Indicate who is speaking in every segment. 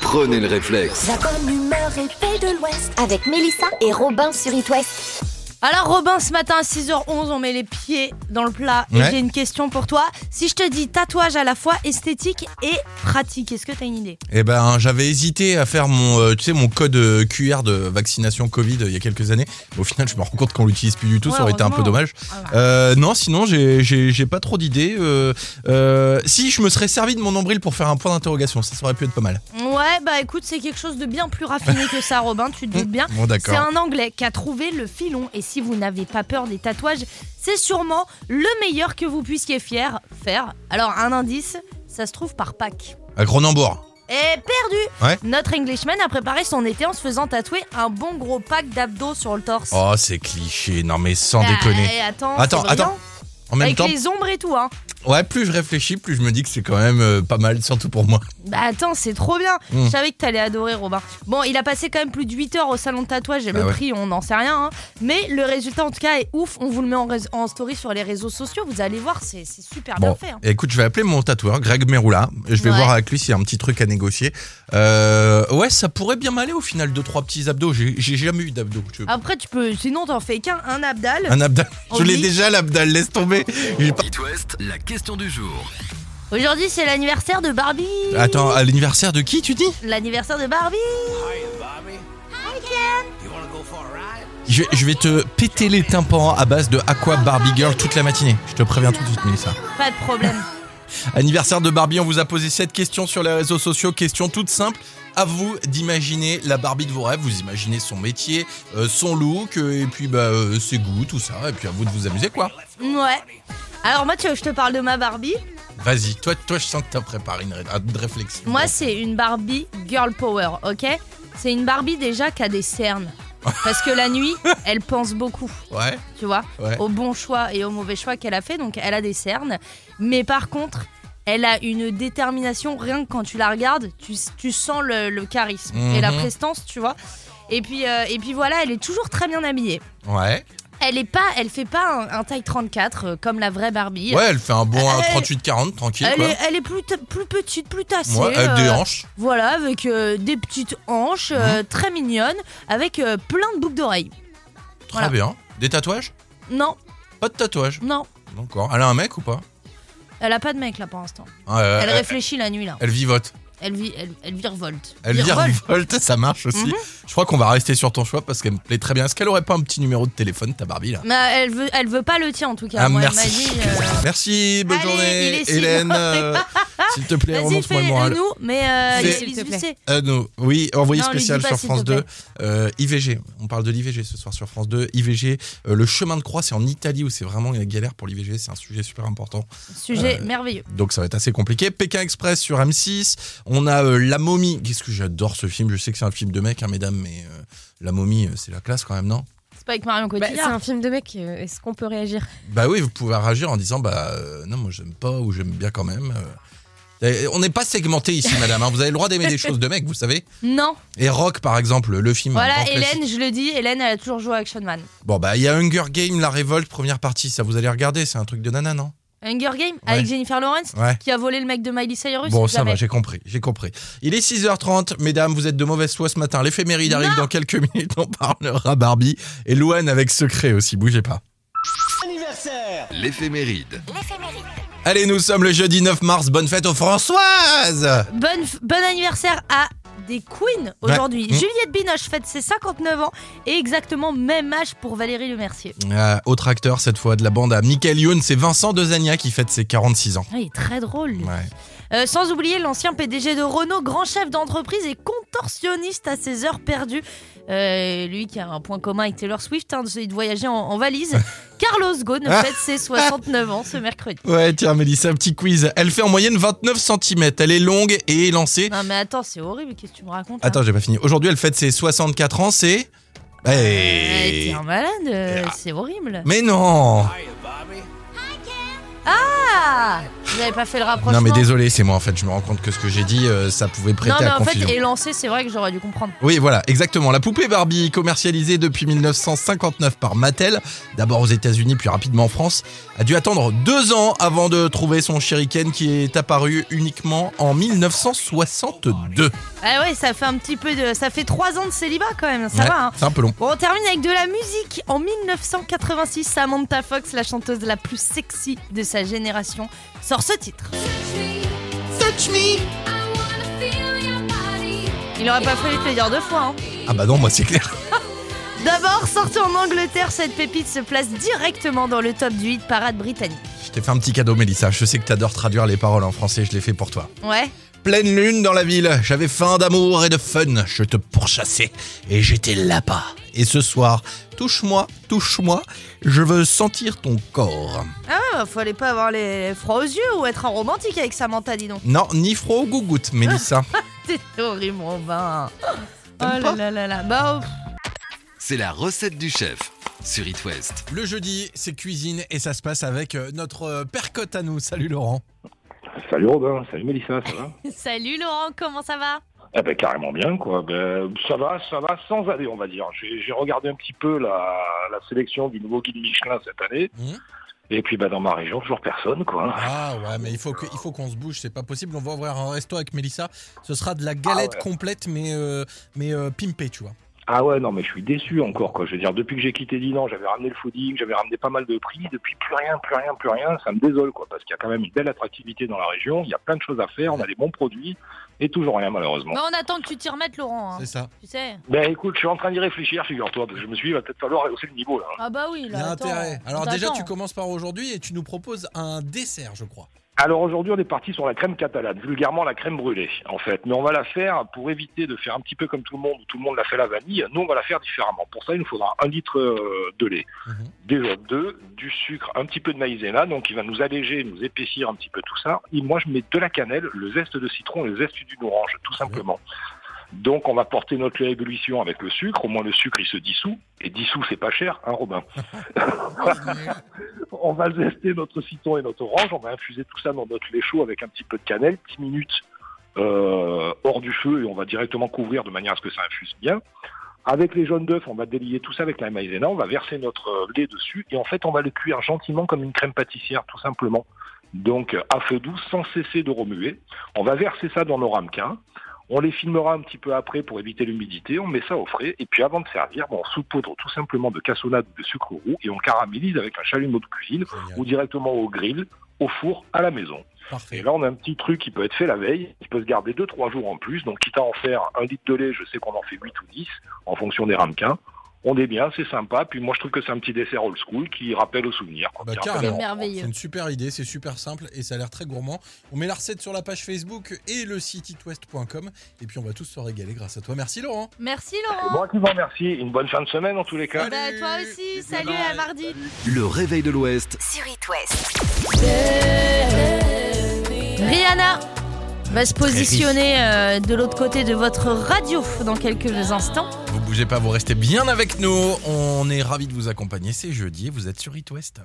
Speaker 1: Prenez le réflexe.
Speaker 2: La bonne humeur est faite de l'Ouest avec Mélissa et Robin sur It West.
Speaker 3: Alors Robin, ce matin à 6h11, on met les pieds dans le plat et
Speaker 4: Ouais.
Speaker 3: j'ai une question pour toi. Si je te dis tatouage à la fois esthétique et pratique, est-ce que t'as une idée
Speaker 4: Eh ben, j'avais hésité à faire mon, euh, tu sais, mon code euh, QR de vaccination Covid euh, il y a quelques années. Au final, je me rends compte qu'on l'utilise plus du tout.
Speaker 3: Ouais,
Speaker 4: ça aurait été un peu
Speaker 3: heureusement.
Speaker 4: dommage. Euh, non, sinon, j'ai- j'ai j'ai pas trop d'idées. Euh, euh, si je me serais servi de mon nombril pour faire un point d'interrogation, ça, ça aurait pu être pas mal.
Speaker 3: Ouais, bah écoute, c'est quelque chose de bien plus raffiné que ça Robin, tu te doutes bien. C'est
Speaker 4: Bon, Mm. d'accord.
Speaker 3: un Anglais qui a trouvé le filon et si vous n'avez pas peur des tatouages, c'est sûrement le meilleur que vous puissiez fier- faire. Alors un indice, ça se trouve par Pâques.
Speaker 4: À Grenoble.
Speaker 3: Et perdu
Speaker 4: Ouais.
Speaker 3: Notre Englishman a préparé son été en se faisant tatouer un bon gros pack d'abdos sur le torse.
Speaker 4: Oh, c'est cliché. Non, mais sans
Speaker 3: Ah,
Speaker 4: déconner.
Speaker 3: et attends,
Speaker 4: Attends,
Speaker 3: c'est brillant.
Speaker 4: attends. En même
Speaker 3: Avec
Speaker 4: temps,
Speaker 3: les ombres et tout, hein.
Speaker 4: ouais, plus je réfléchis, plus je me dis que c'est quand même euh, pas mal, surtout pour moi.
Speaker 3: Bah attends, c'est trop bien.
Speaker 4: Mm.
Speaker 3: Je savais que t'allais adorer, Robin. Bon, il a passé quand même plus de 8 heures au salon de tatouage et
Speaker 4: Bah
Speaker 3: le
Speaker 4: ouais.
Speaker 3: prix, on n'en sait rien. hein. Mais le résultat, en tout cas, est ouf. On vous le met en, rés- en story sur les réseaux sociaux. Vous allez voir, c'est c'est super bien
Speaker 4: Bon,
Speaker 3: fait. hein.
Speaker 4: écoute, je vais appeler mon tatoueur, Greg Meroula. Je vais
Speaker 3: Ouais.
Speaker 4: voir avec lui s'il y a un petit truc à négocier. Euh, ouais, ça pourrait bien m'aller au final, deux, trois petits abdos. J'ai j'ai jamais eu d'abdos. tu veux.
Speaker 3: Après, tu peux, sinon, t'en fais qu'un, un abdal.
Speaker 4: Un abdal.
Speaker 3: Ah On
Speaker 4: Je l'ai
Speaker 3: dit.
Speaker 4: déjà, l'abdal, laisse tomber. J'ai pas-
Speaker 1: It West, la question du jour.
Speaker 3: Aujourd'hui, c'est l'anniversaire de Barbie.
Speaker 4: Attends, à l'anniversaire de qui, tu dis
Speaker 3: L'anniversaire de Barbie.
Speaker 4: je, je vais te péter les tympans à base de Aqua Barbie Girl toute la matinée. Je te préviens tout de suite, Mélissa.
Speaker 3: Pas de problème.
Speaker 4: Anniversaire de Barbie, on vous a posé cette question sur les réseaux sociaux, question toute simple. À vous d'imaginer la Barbie de vos rêves, vous imaginez son métier, euh, son look, euh, et puis bah, euh, ses goûts, tout ça, et puis à vous de vous amuser quoi.
Speaker 3: Ouais. Alors moi, tu veux que je te parle de ma Barbie
Speaker 4: Vas-y, toi, toi je sens que t'as préparé une, ré- une réflexion.
Speaker 3: Moi, c'est une Barbie girl power, ok C'est une Barbie déjà qui a des cernes. Parce que la nuit, elle pense beaucoup,
Speaker 4: Ouais,
Speaker 3: tu vois,
Speaker 4: ouais.
Speaker 3: au bon choix et au mauvais choix qu'elle a fait, donc elle a des cernes. Mais par contre, elle a une détermination, rien que quand tu la regardes, tu, tu sens le, le charisme et la
Speaker 4: Mhm.
Speaker 3: prestance, tu vois. Et puis, euh, et puis voilà, elle est toujours très bien habillée.
Speaker 4: Ouais.
Speaker 3: Elle est pas, elle fait pas un, un taille 34 euh, comme la vraie Barbie.
Speaker 4: Ouais, elle fait un bon
Speaker 3: Elle-
Speaker 4: 38-40, tranquille
Speaker 3: Elle
Speaker 4: quoi.
Speaker 3: est, elle est plus, ta- plus petite, plus tassée.
Speaker 4: Ouais, avec des
Speaker 3: euh,
Speaker 4: hanches.
Speaker 3: Voilà, avec euh, des petites hanches,
Speaker 4: Hein
Speaker 3: euh, très mignonnes, avec euh, plein de boucles d'oreilles.
Speaker 4: Très
Speaker 3: voilà.
Speaker 4: bien. Des tatouages
Speaker 3: Non,
Speaker 4: Pas de tatouage.
Speaker 3: non,
Speaker 4: D'accord. Elle a un mec ou pas
Speaker 3: elle a pas de mec là pour l'instant.
Speaker 4: Ah, euh,
Speaker 3: elle
Speaker 4: elle,
Speaker 3: réfléchit la nuit là.
Speaker 4: elle vivote.
Speaker 3: Elle, vit, elle, elle virevolte.
Speaker 4: Elle
Speaker 3: Virevolte.
Speaker 4: virevolte, ça marche aussi.
Speaker 3: Mhm.
Speaker 4: Je crois qu'on va rester sur ton choix parce qu'elle me plaît très bien. Est-ce qu'elle aurait pas un petit numéro de téléphone, ta Barbie là
Speaker 3: Mais elle veut, elle veut pas le tien en tout cas.
Speaker 4: Ah,
Speaker 3: Moi, elle m'a
Speaker 4: merci.
Speaker 3: dit, euh,
Speaker 4: Merci, bonne
Speaker 3: Allez, il est
Speaker 4: journée,
Speaker 3: six
Speaker 4: Hélène.
Speaker 3: mois.
Speaker 4: euh, S'il te plaît,
Speaker 3: Vas-y,
Speaker 4: remonte-moi le moral.
Speaker 3: fais-le-nous, mais euh,
Speaker 4: Fais-
Speaker 3: Elise
Speaker 5: S'il te plaît.
Speaker 3: Lucet.
Speaker 4: Euh, non. Oui, envoyé
Speaker 3: Non, lui dis
Speaker 4: spécial
Speaker 3: pas,
Speaker 4: sur
Speaker 3: s'il
Speaker 4: France
Speaker 3: te plaît.
Speaker 4: 2. Euh, IVG, on parle de l'IVG ce soir sur France 2. IVG, euh, le chemin de croix, c'est en Italie où c'est vraiment une galère pour l'IVG, c'est un sujet super important.
Speaker 3: Sujet merveilleux.
Speaker 4: Donc ça va être assez compliqué. Pékin Express sur M6. On a euh, La momie. Qu'est-ce que j'adore ce film Je sais que c'est un film de mec, hein, mesdames, mais euh, La momie, euh, c'est la classe quand même, non
Speaker 3: C'est pas avec Marion
Speaker 5: Bah,
Speaker 3: Cotillard.
Speaker 5: c'est un film de mec, euh, est-ce qu'on peut réagir
Speaker 4: Bah oui, vous pouvez réagir en disant bah euh, non, moi j'aime pas ou j'aime bien quand même. euh. Et On n'est pas segmenté ici, madame. hein. Vous avez le droit d'aimer des choses de mec, vous savez.
Speaker 3: Non.
Speaker 4: Et Rock, par exemple, le film. un
Speaker 3: Voilà,
Speaker 4: grand classique.
Speaker 3: Hélène, je le dis, Hélène, elle a toujours joué à Action Man.
Speaker 4: Bon, bah il y a Hunger Game, La Révolte, première partie. Ça, vous allez regarder, c'est un truc de nana, non
Speaker 3: Hunger Game avec
Speaker 4: Ouais.
Speaker 3: Jennifer Lawrence
Speaker 4: Ouais.
Speaker 3: qui a volé le mec de Miley Cyrus.
Speaker 4: Bon,
Speaker 3: vous
Speaker 4: ça va,
Speaker 3: savez.
Speaker 4: j'ai compris, j'ai compris. Il est 6h30, mesdames, vous êtes de mauvaise foi ce matin. L'éphéméride arrive dans quelques minutes, on parlera Barbie. Et Louane avec secret aussi, bougez pas.
Speaker 1: L'éphéméride.
Speaker 4: Allez, nous sommes le jeudi 9 mars, bonne fête aux Françoises
Speaker 3: Bonne f- bon anniversaire à des queens aujourd'hui.
Speaker 4: Ouais. Mmh.
Speaker 3: Juliette Binoche fête ses 59 ans et exactement même âge pour Valérie Le Mercier.
Speaker 4: Euh, Autre acteur cette fois de la bande à Michael Youn, c'est Vincent Dezania qui fête ses 46 ans.
Speaker 3: Ah, Il est très drôle. lui.
Speaker 4: Ouais.
Speaker 3: Euh, sans oublier l'ancien PDG de Renault, grand chef d'entreprise et contorsionniste à ses heures perdues. Euh, lui qui a un point commun avec Taylor Swift, hein, c'est de voyager en, en valise. Carlos Ghosn
Speaker 4: Ah.
Speaker 3: fête ses 69 ans ce mercredi.
Speaker 4: Ouais, tiens, Mélissa, petit quiz. Elle fait en moyenne 29 cm, elle est longue et élancée.
Speaker 3: Non mais attends, c'est horrible, qu'est-ce que tu me racontes hein là
Speaker 4: Attends, j'ai pas fini. Aujourd'hui, elle fête ses 64 ans, c'est.
Speaker 3: Euh,
Speaker 4: Hey.
Speaker 3: T'es un malade,
Speaker 4: ah.
Speaker 3: euh, c'est horrible.
Speaker 4: Mais non
Speaker 3: Ah Vous n'avez pas fait le rapprochement.
Speaker 4: Non, mais désolé, c'est moi en fait. Je me rends compte que ce que j'ai dit, euh, ça pouvait prêter
Speaker 3: Non, mais
Speaker 4: à
Speaker 3: en
Speaker 4: confusion.
Speaker 3: fait, élancé, c'est vrai que j'aurais dû comprendre.
Speaker 4: Oui, voilà, exactement. La poupée Barbie, commercialisée depuis 1959 par Mattel, d'abord aux États-Unis puis rapidement en France, a dû attendre deux ans avant de trouver son shuriken qui est apparu uniquement en 1962.
Speaker 3: Ah ouais, ça fait un petit peu de. Ça fait trois ans de célibat quand même, ça
Speaker 4: Ouais,
Speaker 3: va. hein.
Speaker 4: C'est un peu long.
Speaker 3: Bon, on termine avec de la musique. En 1986, Samantha Fox, la chanteuse la plus sexy de sa génération, sort ce titre. Il aurait pas fallu te le dire deux fois. hein.
Speaker 4: Ah bah non, moi c'est clair.
Speaker 3: D'abord, sortie en Angleterre, cette pépite se place directement dans le top du hit parade britannique.
Speaker 4: Je t'ai fait un petit cadeau, Mélissa. Je sais que t'adores traduire les paroles en français, je l'ai fait pour toi.
Speaker 3: Ouais.
Speaker 4: Pleine lune dans la ville, j'avais faim d'amour et de fun. Je te pourchassais et j'étais là-bas. Et ce soir, touche-moi, touche-moi, je veux sentir ton corps.
Speaker 3: Ah ouais, bah, fallait pas avoir les froids aux yeux ou être un romantique avec Samantha, dis donc.
Speaker 4: Non, ni froid ou gougoute, Mélissa.
Speaker 3: T'es horrible, Robin. Oh
Speaker 4: T'aimes
Speaker 3: là
Speaker 4: pas
Speaker 3: là là là. Bah, oh,
Speaker 1: C'est la recette du chef sur It West.
Speaker 4: Le jeudi, c'est cuisine et ça se passe avec euh, notre euh, percote à nous. Salut Laurent.
Speaker 6: Salut Robin, salut Mélissa, ça va
Speaker 3: Salut Laurent, comment ça va
Speaker 6: Eh ben carrément bien quoi. Ben, ça va, ça va sans aller on va dire. J'ai j'ai regardé un petit peu la, la sélection du nouveau guide Michelin cette année.
Speaker 4: Mhm.
Speaker 6: Et puis ben, dans ma région, toujours personne quoi.
Speaker 4: Ah ouais, mais il faut que- il faut qu'on se bouge, c'est pas possible. On va ouvrir un resto avec Mélissa. Ce sera de la galette
Speaker 6: Ah ouais.
Speaker 4: complète, mais, euh, mais euh, pimpée, tu vois.
Speaker 6: Ah ouais non mais je suis déçu encore quoi. Je veux dire depuis que j'ai quitté Dinan, j'avais ramené le fooding, j'avais ramené pas mal de prix. Depuis plus rien, plus rien, plus rien. Ça me désole quoi parce qu'il y a quand même une belle attractivité dans la région. Il y a plein de choses à faire. On a des bons produits et toujours rien malheureusement.
Speaker 3: Bah, on attend que tu t'y remettes, Laurent. hein.
Speaker 4: C'est ça.
Speaker 3: Tu sais
Speaker 6: Ben écoute, je suis en train d'y réfléchir figure-toi parce que je me suis dit il va peut-être falloir hausser le niveau là.
Speaker 3: Ah bah oui,
Speaker 4: Il
Speaker 3: là.
Speaker 4: y a
Speaker 3: attends,
Speaker 4: intérêt.
Speaker 3: on
Speaker 4: Alors déjà,
Speaker 3: t'attend.
Speaker 4: tu commences par aujourd'hui et tu nous proposes un dessert, je crois.
Speaker 6: Alors aujourd'hui, on est parti sur la crème catalane, vulgairement la crème brûlée, en fait. Mais on va la faire pour éviter de faire un petit peu comme tout le monde, où tout le monde la fait la vanille. Nous, on va la faire différemment. Pour ça, il nous faudra un litre euh, de lait,
Speaker 4: Mhm.
Speaker 6: déjà deux, du sucre, un petit peu de maïzena, donc il va nous alléger, nous épaissir un petit peu tout ça. Et moi, je mets de la cannelle, le zeste de citron et le zeste d'une orange, tout simplement. Donc, on va porter notre lait à ébullition avec le sucre. Au moins, le sucre, il se dissout. Et dissous, c'est pas cher, hein, Robin on va zester notre citron et notre orange, on va infuser tout ça dans notre lait chaud avec un petit peu de cannelle, 10 minutes euh, hors du feu et on va directement couvrir de manière à ce que ça infuse bien. Avec les jaunes d'œufs, on va délier tout ça avec la maïzena, on va verser notre euh, lait dessus et en fait on va le cuire gentiment comme une crème pâtissière tout simplement. Donc euh, à feu doux, sans cesser de remuer. On va verser ça dans nos ramequins. On les filmera un petit peu après pour éviter l'humidité, on met ça au frais, et puis avant de servir, bon, on saupoudre tout simplement de cassonade ou de sucre roux, et on caramélise avec un chalumeau de cuisine,
Speaker 4: Génial.
Speaker 6: ou directement au grill, au four, à la maison. Et
Speaker 4: Parfait.
Speaker 6: là, on a un petit truc qui peut être fait la veille, qui peut se garder 2-3 jours en plus. Donc, quitte à en faire un litre de lait, je sais qu'on en fait 8 ou 10 en fonction des ramequins. On est bien, c'est sympa. Puis moi, je trouve que c'est un petit dessert old school qui rappelle aux souvenirs. quoi,
Speaker 4: Bah,
Speaker 6: qui
Speaker 4: carrément.
Speaker 6: rappelle
Speaker 3: C'est
Speaker 6: à l'enfance.
Speaker 3: merveilleux.
Speaker 4: C'est une super idée, c'est super simple et ça a l'air très gourmand. On met la recette sur la page Facebook et le site itwest.com et puis on va tous se régaler grâce à toi. Merci Laurent.
Speaker 3: Merci
Speaker 6: C'est
Speaker 3: Laurent.
Speaker 6: moi qui vous remercie. Une bonne fin de semaine en tous les cas.
Speaker 3: Eh ben, toi aussi, salut à mardi.
Speaker 1: Le réveil de l'Ouest
Speaker 2: Sur It West.
Speaker 3: Rihanna va se positionner euh, de l'autre côté de votre radio dans quelques instants.
Speaker 4: Vous bougez pas, vous restez bien avec nous. On est ravis de vous accompagner. C'est jeudi et vous êtes sur itwest.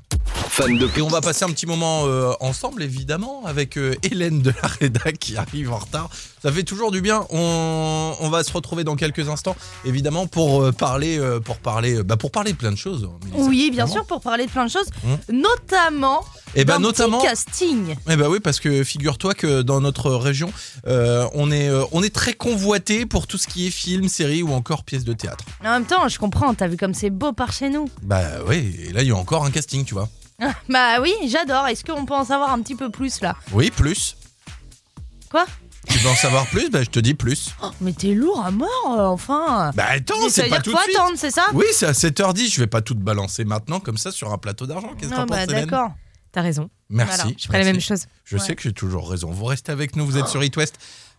Speaker 1: Fan de
Speaker 4: Et on va passer un petit moment euh, ensemble, évidemment, avec euh, Hélène de la Reda qui arrive en retard. Ça fait toujours du bien. On, on va se retrouver dans quelques instants, évidemment, pour euh, parler, euh, pour parler, euh, bah, pour parler de plein de choses. Mélissa,
Speaker 3: Oui, bien
Speaker 4: évidemment.
Speaker 3: sûr, pour parler de plein de choses,
Speaker 4: Mmh.
Speaker 3: notamment
Speaker 4: Et ben
Speaker 3: d'un
Speaker 4: notamment,
Speaker 3: petit casting.
Speaker 4: Eh ben oui, parce que figure-toi que dans notre région, euh, on, est, euh, on est très convoité pour tout ce qui est film, série ou encore pièce de théâtre.
Speaker 3: Mais En même temps, je comprends, t'as vu comme c'est beau par chez nous.
Speaker 4: Bah oui, et là il y a encore un casting, tu vois.
Speaker 3: Bah oui, j'adore. Est-ce qu'on peut en savoir un petit peu plus là
Speaker 4: Oui, plus.
Speaker 3: Quoi
Speaker 4: Tu veux en savoir plus Bah je te dis plus.
Speaker 3: Oh, Mais t'es lourd à mort, euh, enfin.
Speaker 4: Bah attends,
Speaker 3: Mais ça
Speaker 4: c'est
Speaker 3: veut
Speaker 4: pas
Speaker 3: dire
Speaker 4: tout
Speaker 3: faut
Speaker 4: de suite.
Speaker 3: attendre, c'est ça
Speaker 4: Oui, c'est à 7h10, je vais pas tout te balancer maintenant comme ça sur un plateau d'argent. Qu'est-ce que
Speaker 3: Ah,
Speaker 4: t'en
Speaker 3: bah
Speaker 4: penses, Hélène
Speaker 3: d'accord.
Speaker 5: T'as raison.
Speaker 4: Merci.
Speaker 3: Voilà,
Speaker 5: Je ferais la
Speaker 4: merci.
Speaker 5: même chose.
Speaker 4: Je sais que j'ai toujours raison. Vous restez avec nous, vous êtes sur It West.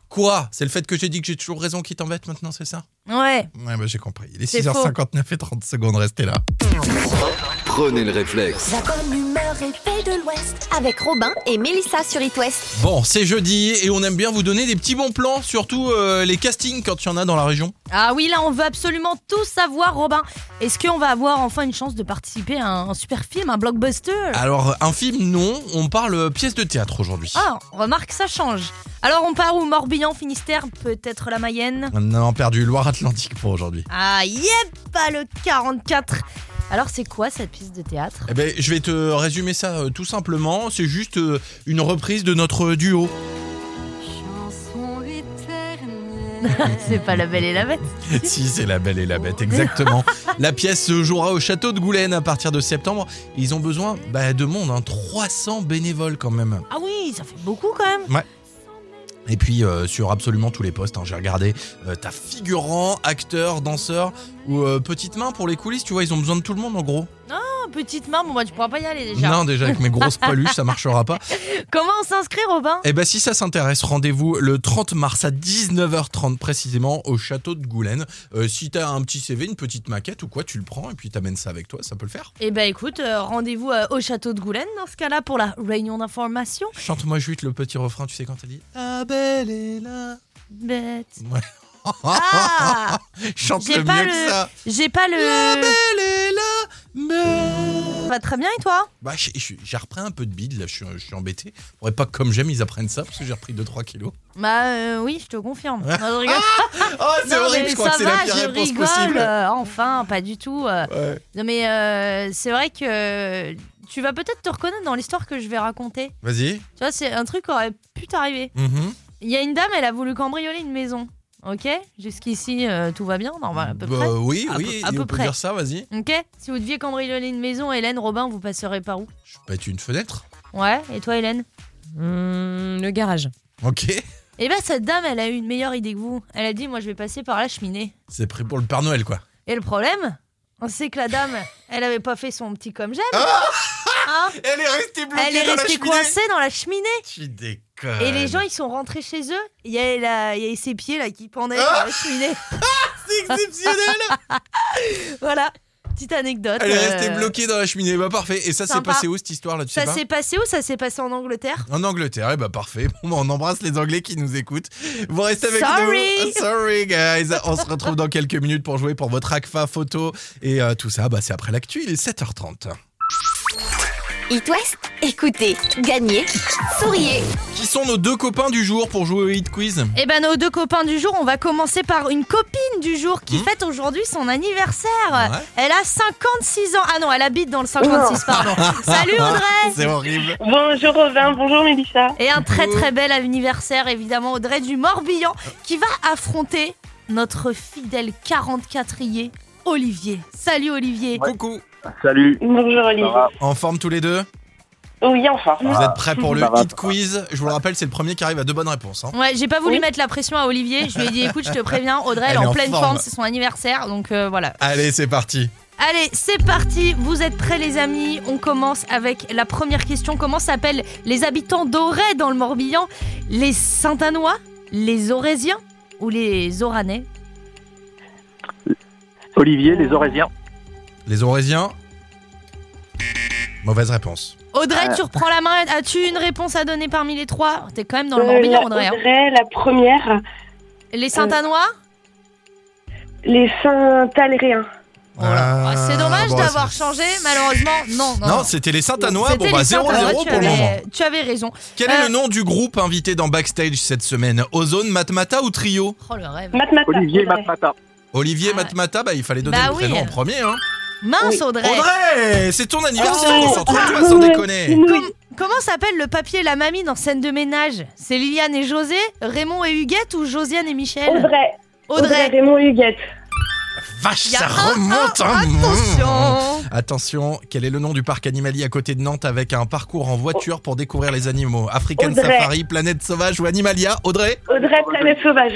Speaker 4: Quoi C'est le fait que j'ai dit que j'ai toujours raison qui t'embête maintenant, c'est ça
Speaker 3: Ouais.
Speaker 4: Ouais, bah j'ai compris. Il est
Speaker 3: C'est faux.
Speaker 4: 6h59 et 30 secondes, restez là.
Speaker 1: Prenez le réflexe.
Speaker 2: La bonne humeur et paix de l'Ouest avec Robin et Mélissa sur It West.
Speaker 4: Bon, c'est jeudi et on aime bien vous donner des petits bons plans, surtout euh, les castings quand il y en a dans la région.
Speaker 3: Ah oui, là, on veut absolument tout savoir, Robin. Est-ce qu'on va avoir enfin une chance de participer à un, un super film, un blockbuster
Speaker 4: Alors, un film, non, on parle euh, pièce de théâtre aujourd'hui.
Speaker 3: Ah, remarque, ça change. Alors, on part où Morbihan, Finistère, peut-être la Mayenne
Speaker 4: Non, perdu Loire-Atlantique pour aujourd'hui.
Speaker 3: Ah, yep, pas le 44 Alors, c'est quoi cette piste de théâtre
Speaker 4: Eh ben, je vais te résumer ça euh, tout simplement. C'est juste euh, une reprise de notre duo.
Speaker 7: Chanson éternelle.
Speaker 3: Euh, C'est pas la belle et la bête.
Speaker 4: si, c'est La Belle et la Bête, exactement. la pièce se jouera au château de Goulaine à partir de septembre. Ils ont besoin bah, de monde, hein, 300 bénévoles quand même.
Speaker 3: Ah oui, ça fait beaucoup quand même.
Speaker 4: Et puis euh, sur absolument tous les postes, hein, j'ai regardé, euh, t'as figurant, acteur, danseur ou euh, petite main pour les coulisses, tu vois, ils ont besoin de tout le monde en gros.
Speaker 3: Ah, petite main, bon, bah, tu pourras pas y aller déjà.
Speaker 4: Non, déjà avec mes grosses paluches, ça marchera pas.
Speaker 3: Comment on s'inscrit, Robin
Speaker 4: Eh ben si ça s'intéresse, rendez-vous le 30 mars à 19h30 précisément au château de Goulaine. Euh, si t'as un petit CV, une petite maquette ou quoi, tu le prends et puis t'amènes ça avec toi, ça peut le faire.
Speaker 3: Eh ben écoute, euh, rendez-vous euh, au château de Goulaine dans ce cas-là pour la réunion d'information.
Speaker 4: Chante-moi juste le petit refrain, tu sais quand t'as dit La belle est là.
Speaker 3: Bête.
Speaker 4: Ouais.
Speaker 3: Ah
Speaker 4: Chante
Speaker 3: J'ai
Speaker 4: le
Speaker 3: pas
Speaker 4: mieux que
Speaker 3: le-
Speaker 4: ça.
Speaker 3: J'ai pas
Speaker 4: La
Speaker 3: le.
Speaker 4: belle est là. mais-
Speaker 3: Va très bien et toi
Speaker 4: Bah, j'ai- j'ai j'ai repris un peu de bide, là, je suis, je suis embêté. Faudrait pas que, comme j'aime, ils apprennent ça, parce que j'ai repris 2-3 kilos.
Speaker 3: Bah euh, oui, je te confirme. Non, je rigole.
Speaker 4: Oh, Ah, c'est
Speaker 3: Non,
Speaker 4: horrible,
Speaker 3: mais
Speaker 4: je
Speaker 3: ça
Speaker 4: crois que c'est la
Speaker 3: va,
Speaker 4: pire
Speaker 3: je
Speaker 4: réponse
Speaker 3: rigole.
Speaker 4: possible.
Speaker 3: euh, enfin, pas du tout. euh.
Speaker 4: Ouais.
Speaker 3: Non mais euh, c'est vrai que euh, tu vas peut-être te reconnaître dans l'histoire que je vais raconter.
Speaker 4: Vas-y.
Speaker 3: Tu vois, c'est un truc qui aurait pu t'arriver.
Speaker 4: Mhm.
Speaker 3: Il y a une dame, elle a voulu cambrioler une maison. Ok Jusqu'ici, euh, tout va bien, normal, à peu
Speaker 4: Bah,
Speaker 3: près.
Speaker 4: Oui,
Speaker 3: À
Speaker 4: oui,
Speaker 3: peu- à
Speaker 4: on
Speaker 3: peu
Speaker 4: peut
Speaker 3: près.
Speaker 4: dire ça, vas-y.
Speaker 3: Ok Si vous deviez cambrioler une maison, Hélène, Robin, vous passerez par où
Speaker 4: Je pète une fenêtre.
Speaker 3: Ouais, et toi, Hélène
Speaker 5: Hum, le garage.
Speaker 4: Ok.
Speaker 3: Eh ben, cette dame, elle a eu une meilleure idée que vous. Elle a dit, moi, je vais passer par la cheminée.
Speaker 4: C'est pris pour le Père Noël, quoi.
Speaker 3: Et le problème, c'est que la dame, elle avait pas fait son petit comme j'aime. Hein
Speaker 4: Ah, Elle est restée bloquée
Speaker 3: elle est
Speaker 4: dans la
Speaker 3: restée
Speaker 4: cheminée.
Speaker 3: coincée dans la cheminée.
Speaker 4: Tu déconnes.
Speaker 3: Et les gens, ils sont rentrés chez eux. Il y a, la- il y a ses pieds, là, qui pendaient
Speaker 4: Ah
Speaker 3: dans la cheminée.
Speaker 4: C'est exceptionnel
Speaker 3: voilà, petite anecdote.
Speaker 4: Elle est restée
Speaker 3: euh,
Speaker 4: bloquée dans la cheminée. Bah, parfait. Et ça s'est
Speaker 3: sympa.
Speaker 4: passé où, cette histoire-là, tu sais
Speaker 3: Ça
Speaker 4: pas
Speaker 3: s'est passé où Ça s'est passé en Angleterre
Speaker 4: En Angleterre, eh bah parfait. Bon, bah, on embrasse les Anglais qui nous écoutent. Vous restez avec nous.
Speaker 3: Sorry.
Speaker 4: Sorry, guys. On se retrouve dans quelques minutes pour jouer pour votre ACFA photo. Et euh, tout ça, bah, c'est après l'actu. Il est 7h30.
Speaker 2: It West, écoutez, gagnez, souriez.
Speaker 4: Qui sont nos deux copains du jour pour jouer au Hit Quiz
Speaker 3: Eh ben, nos deux copains du jour, on va commencer par une copine du jour qui
Speaker 4: Hmm.
Speaker 3: fête aujourd'hui son anniversaire.
Speaker 4: Ouais.
Speaker 3: Elle a 56 ans. Ah non, elle habite dans le 56, pardon. Salut Audrey
Speaker 4: Ah, C'est horrible.
Speaker 8: Bonjour Robin, bonjour Mélissa.
Speaker 3: Et un très très bel anniversaire, évidemment, Audrey du Morbihan, qui va affronter notre fidèle 44e, Olivier. Salut Olivier
Speaker 4: Coucou.
Speaker 9: Salut,
Speaker 8: Bonjour
Speaker 9: ça
Speaker 8: Olivier.
Speaker 9: va
Speaker 4: En forme tous les deux
Speaker 8: Oui, enfin.
Speaker 4: Vous êtes prêts pour le
Speaker 9: Ça va,
Speaker 4: Hit
Speaker 9: ça va.
Speaker 4: Quiz Je vous le rappelle, c'est le premier qui arrive à deux bonnes réponses. hein.
Speaker 3: Ouais, j'ai pas voulu
Speaker 8: Oui.
Speaker 3: mettre la pression à Olivier. Je lui ai dit, écoute, je te préviens, Audrey, elle,
Speaker 4: Elle
Speaker 3: est
Speaker 4: est en
Speaker 3: en pleine
Speaker 4: forme.
Speaker 3: forme, c'est son anniversaire, donc euh, voilà.
Speaker 4: Allez, c'est parti.
Speaker 3: Allez, c'est parti. Vous êtes prêts, les amis On commence avec la première question. Comment s'appellent les habitants d'Auray dans le Morbihan Les Saint-Anois Les Aurésiens Ou les Oranais
Speaker 9: Olivier, les Orésiens.
Speaker 4: Les Aurésiens Mauvaise réponse.
Speaker 3: Audrey,
Speaker 9: Euh.
Speaker 3: tu reprends la main. As-tu une réponse à donner parmi les trois T'es quand même dans le Morbihan,
Speaker 8: Euh,
Speaker 3: Audrey. hein.
Speaker 8: la première,
Speaker 3: Les Saint-Anois
Speaker 8: les Saint-Aléréens.
Speaker 3: Oh là. Ah, C'est dommage
Speaker 4: bon,
Speaker 3: d'avoir
Speaker 4: c'est-
Speaker 3: changé, malheureusement. Non, non.
Speaker 4: Non, c'était les Saint-Anois. Bon,
Speaker 3: C'était
Speaker 4: bah
Speaker 3: les
Speaker 4: 0-0
Speaker 3: Saint-Anois, tu
Speaker 4: pour le
Speaker 3: avais-
Speaker 4: moment.
Speaker 3: Tu avais raison.
Speaker 4: Quel
Speaker 3: Euh,
Speaker 4: est le nom du groupe invité dans Backstage cette semaine Ozone, Matmata ou Trio
Speaker 3: Oh le rêve.
Speaker 8: Matmata.
Speaker 9: Olivier,
Speaker 8: Audrey.
Speaker 9: Matmata.
Speaker 4: Olivier,
Speaker 3: Ah.
Speaker 4: Matmata, bah, il fallait donner
Speaker 3: Bah
Speaker 4: le
Speaker 3: oui.
Speaker 4: prénom en premier. Hein.
Speaker 3: Mince
Speaker 8: Oui.
Speaker 3: Audrey.
Speaker 4: Audrey, c'est ton anniversaire,
Speaker 8: Oh.
Speaker 4: concentre-toi sans
Speaker 8: Ouais.
Speaker 4: déconner.
Speaker 8: Oui.
Speaker 3: Com- comment s'appelle le papier et la mamie dans scène de ménage C'est Liliane et José, Raymond et Huguette ou Josiane et Michel
Speaker 8: Audrey. Audrey Raymond Huguette.
Speaker 4: Vache,
Speaker 3: Il y a
Speaker 4: ça
Speaker 3: un,
Speaker 4: remonte.
Speaker 3: un,
Speaker 4: hein.
Speaker 3: Attention
Speaker 4: Attention, quel est le nom du parc animalier à côté de Nantes avec un parcours en voiture pour découvrir les animaux African
Speaker 8: Audrey.
Speaker 4: Safari, Planète Sauvage ou Animalia Audrey
Speaker 8: Audrey Planète Sauvage.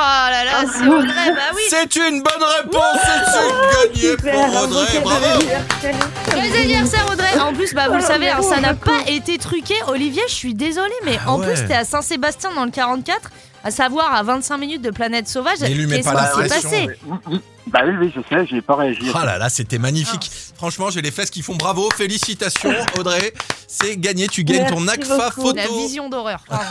Speaker 3: Oh là là, c'est
Speaker 8: Ah.
Speaker 3: Audrey, bah oui
Speaker 4: C'est une bonne réponse, c'est gagné pour Audrey,
Speaker 8: un beau cadeau
Speaker 4: bravo
Speaker 8: d'anniversaire.
Speaker 3: Joyeux anniversaire Audrey En plus, bah vous le
Speaker 8: Oh,
Speaker 3: savez, hein,
Speaker 8: bravo,
Speaker 3: ça n'a
Speaker 8: bravo.
Speaker 3: pas été truqué. Olivier, je suis désolée, mais
Speaker 4: Ah
Speaker 3: en
Speaker 4: ouais.
Speaker 3: plus, t'es à Saint-Sébastien dans le 44, à savoir à 25 minutes de Planète Sauvage.
Speaker 4: Mais lui met
Speaker 3: Qu'est-ce
Speaker 4: pas la
Speaker 3: qui s'est
Speaker 4: pression,
Speaker 3: passé
Speaker 9: Vous, vous- Bah oui, oui, je sais, j'ai pas réagi.
Speaker 4: Ah là là, c'était magnifique.
Speaker 3: Ah.
Speaker 4: Franchement, j'ai les fesses qui font bravo. Félicitations, Audrey. C'est gagné. Tu gagnes ton
Speaker 8: Merci
Speaker 4: ACFA
Speaker 8: beaucoup.
Speaker 3: La
Speaker 4: photo.
Speaker 3: vision d'horreur.
Speaker 4: Ah,
Speaker 3: pardon.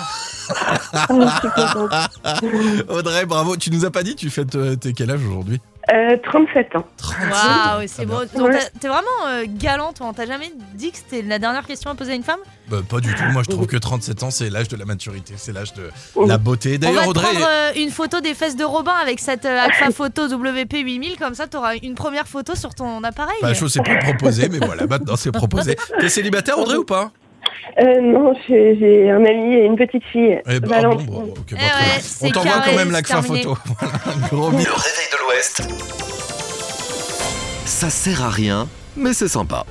Speaker 8: Oh, je suis contente.
Speaker 4: Audrey, bravo. Tu nous as pas dit, tu fêtes euh, t'es quel âge aujourd'hui
Speaker 8: Euh, 37 ans.
Speaker 3: Waouh, c'est beau. Donc,
Speaker 8: Ah, Ouais.
Speaker 3: t'as- T'es vraiment euh, galant, toi. On t'a jamais dit que c'était la dernière question à poser à une femme
Speaker 4: Bah, Pas du tout. Moi, je
Speaker 3: Oh.
Speaker 4: trouve que 37 ans, c'est l'âge de la maturité. C'est l'âge de la beauté.
Speaker 3: On va
Speaker 4: D'ailleurs,
Speaker 3: te
Speaker 4: Audrey.
Speaker 3: prendre euh, une photo des fesses de Robin avec cette euh, Alpha Photo WP8000. Comme ça, t'auras une première photo sur ton appareil.
Speaker 4: Bah, je sais plus proposer, mais voilà, maintenant c'est proposé. T'es célibataire, Audrey, ou pas
Speaker 8: Euh, non, j'ai j'ai un ami et une petite fille.
Speaker 4: Eh ben, ah bon,
Speaker 8: Valentine.
Speaker 4: bon, ok,
Speaker 3: Eh
Speaker 4: bah, très bien.
Speaker 3: ouais,
Speaker 4: On
Speaker 3: c'est
Speaker 4: t'envoie quand
Speaker 3: carré,
Speaker 4: même
Speaker 3: c'est
Speaker 4: l'ACFA
Speaker 3: terminé.
Speaker 4: photo. Voilà, un gros bisou.
Speaker 1: Le réveil de l'Ouest. Ça sert à rien, mais c'est sympa.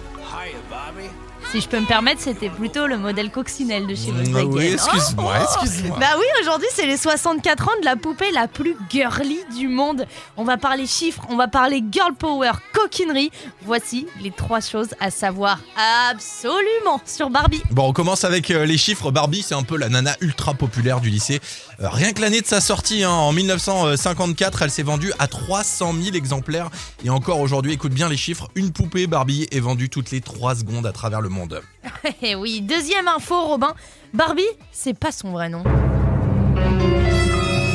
Speaker 3: Si je peux me permettre, c'était plutôt le modèle coccinelle de chez
Speaker 4: Ah
Speaker 3: Volkswagen.
Speaker 4: oui, excuse-moi,
Speaker 3: Oh, oh.
Speaker 4: excuse-moi.
Speaker 3: Bah oui, aujourd'hui c'est les 64 ans de la poupée la plus girly du monde. On va parler chiffres, on va parler girl power, coquinerie. Voici les trois choses à savoir absolument sur Barbie.
Speaker 4: Bon, on commence avec euh, les chiffres. Barbie, c'est un peu la nana ultra populaire du lycée. Euh, rien que l'année de sa sortie, hein, en 1954, elle s'est vendue à 300 000 exemplaires. Et encore aujourd'hui, écoute bien les chiffres, une poupée Barbie est vendue toutes les 3 secondes à travers le monde.
Speaker 3: Eh oui, deuxième info Robin, Barbie, c'est pas son vrai nom.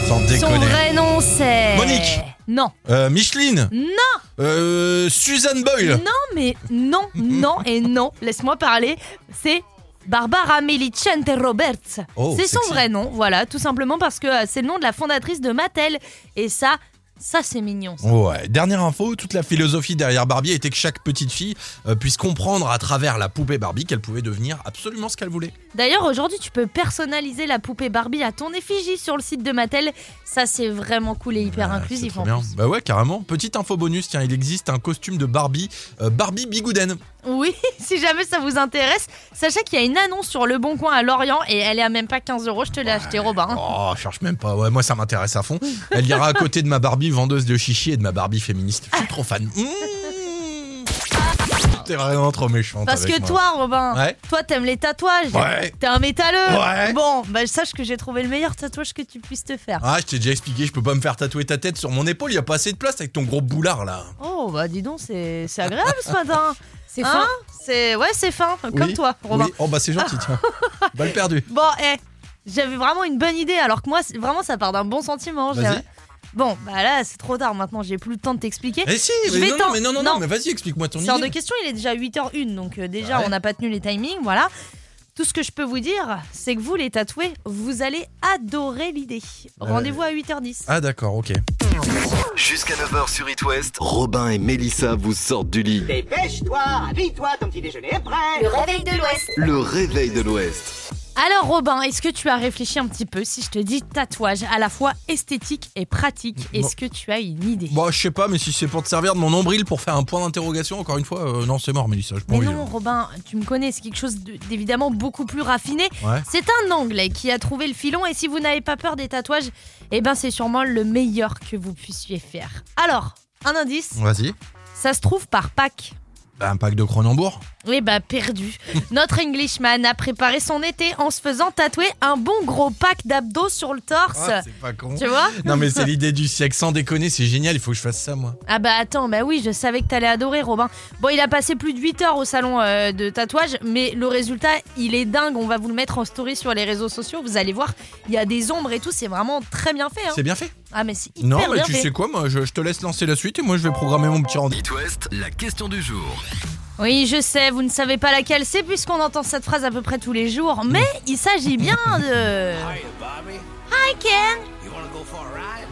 Speaker 4: Sans
Speaker 3: Son
Speaker 4: déconner.
Speaker 3: vrai nom c'est
Speaker 4: Monique.
Speaker 3: Non,
Speaker 4: Euh, Micheline
Speaker 3: Non. Mm.
Speaker 4: Euh, Suzanne
Speaker 3: non
Speaker 4: Boyle
Speaker 3: mais non, non et non, laisse-moi parler, c'est Barbara Melicente Roberts.
Speaker 4: Oh,
Speaker 3: c'est son
Speaker 4: sexy.
Speaker 3: vrai nom, voilà, tout simplement parce que euh, c'est le nom de la fondatrice de Mattel. Et ça, ça c'est mignon. ça.
Speaker 4: Ouais, dernière info, toute la philosophie derrière Barbie était que chaque petite fille euh, puisse comprendre à travers la poupée Barbie qu'elle pouvait devenir absolument ce qu'elle voulait.
Speaker 3: D'ailleurs, aujourd'hui, tu peux personnaliser la poupée Barbie à ton effigie sur le site de Mattel. Ça, c'est vraiment cool et hyper
Speaker 4: Ah,
Speaker 3: inclusif hein.
Speaker 4: c'est trop
Speaker 3: en
Speaker 4: bien.
Speaker 3: plus.
Speaker 4: Bah ouais, carrément. Petite info bonus, tiens, il existe un costume de Barbie, euh, Barbie Bigouden.
Speaker 3: Oui, si jamais ça vous intéresse, sachez qu'il y a une annonce sur Le Bon Coin à Lorient et elle est à même pas 15 euros. Je te l'ai acheté, Robin.
Speaker 4: Oh, cherche même pas. Ouais, moi ça m'intéresse à fond. Elle ira à côté de ma Barbie vendeuse de chichi et de ma Barbie féministe. Je suis trop fan. Mmh. T'es vraiment trop méchante.
Speaker 3: Parce
Speaker 4: avec
Speaker 3: que
Speaker 4: moi.
Speaker 3: toi, Robin,
Speaker 4: Ouais.
Speaker 3: toi, t'aimes les tatouages.
Speaker 4: Ouais.
Speaker 3: T'es un métalleux.
Speaker 4: Ouais.
Speaker 3: Bon, bah, sache que j'ai trouvé le meilleur tatouage que tu puisses te faire.
Speaker 4: Ah, je t'ai déjà expliqué, je peux pas me faire tatouer ta tête sur mon épaule, y a pas assez de place avec ton gros boulard là.
Speaker 3: Oh, bah, dis donc, c'est c'est agréable ce matin.
Speaker 5: C'est
Speaker 3: Hein C'est Ouais, c'est fin, comme
Speaker 4: Oui,
Speaker 3: toi, Robin.
Speaker 4: Oui. Oh bah c'est gentil, tiens. Balle perdue.
Speaker 3: Bon, eh, j'avais vraiment une bonne idée, alors que moi, c'est- vraiment, ça part d'un bon sentiment. J'ai-
Speaker 4: Vas-y.
Speaker 3: Bon, bah là, c'est trop tard maintenant, j'ai plus le temps de t'expliquer.
Speaker 4: Eh si,
Speaker 3: Je
Speaker 4: mais
Speaker 3: vais
Speaker 4: non,
Speaker 3: t'en-
Speaker 4: non, mais non, non, non,
Speaker 3: non.
Speaker 4: mais vas-y, explique-moi ton
Speaker 3: C'est
Speaker 4: idée.
Speaker 3: hors de question, il est déjà 8h01, donc euh, déjà,
Speaker 4: Ouais.
Speaker 3: on n'a pas tenu les timings, voilà. Tout ce que je peux vous dire, c'est que vous, les tatoués, vous allez adorer l'idée.
Speaker 4: Euh,
Speaker 3: Rendez-vous à 8h10.
Speaker 4: Ah d'accord, ok.
Speaker 1: Jusqu'à 9h sur It West, Robin et Melissa vous sortent du lit.
Speaker 10: Dépêche-toi, habille-toi, ton petit déjeuner est prêt.
Speaker 2: Le réveil de l'Ouest.
Speaker 1: Le réveil de l'Ouest.
Speaker 3: Alors, Robin, est-ce que tu as réfléchi un petit peu si je te dis tatouage à la fois esthétique et pratique Est-ce que tu as une idée
Speaker 4: Bon, Bah, je sais pas, mais si c'est pour te servir de mon ombril pour faire un point d'interrogation, encore une fois, euh, non, c'est mort, Mélissa, je
Speaker 3: Mais
Speaker 4: envie. hein.
Speaker 3: non, Robin, tu me connais, c'est quelque chose de- d'évidemment beaucoup plus raffiné.
Speaker 4: Ouais.
Speaker 3: C'est un Anglais qui a trouvé le filon et si vous n'avez pas peur des tatouages, eh ben c'est sûrement le meilleur que vous puissiez faire. Alors, un indice,
Speaker 4: Vas-y.
Speaker 3: ça se trouve par pack.
Speaker 4: Bah, un pack de Cronenbourg.
Speaker 3: Eh ben perdu. Notre Englishman a préparé son été en se faisant tatouer un bon gros pack d'abdos sur le torse.
Speaker 4: Ah, c'est pas con.
Speaker 3: tu vois
Speaker 4: Non, mais c'est l'idée du siècle, sans déconner, c'est génial, il faut que je fasse ça, moi.
Speaker 3: Ah bah attends, bah oui, je savais que t'allais adorer Robin. Bon, il a passé plus de 8 heures au salon euh, de tatouage, mais le résultat, il est dingue. On va vous le mettre en story sur les réseaux sociaux, vous allez voir, il y a des ombres et tout, c'est vraiment très bien fait. hein.
Speaker 4: C'est bien fait.
Speaker 3: Ah mais c'est hyper
Speaker 4: Non, mais
Speaker 3: bien
Speaker 4: tu
Speaker 3: fait.
Speaker 4: sais quoi, moi, je, je te laisse lancer la suite et moi, je vais programmer mon petit rendez-vous.
Speaker 1: It West, la question du jour.
Speaker 3: Oui, je sais, vous ne savez pas laquelle c'est puisqu'on entend cette phrase à peu près tous les jours, mais il s'agit bien de... Hi Ken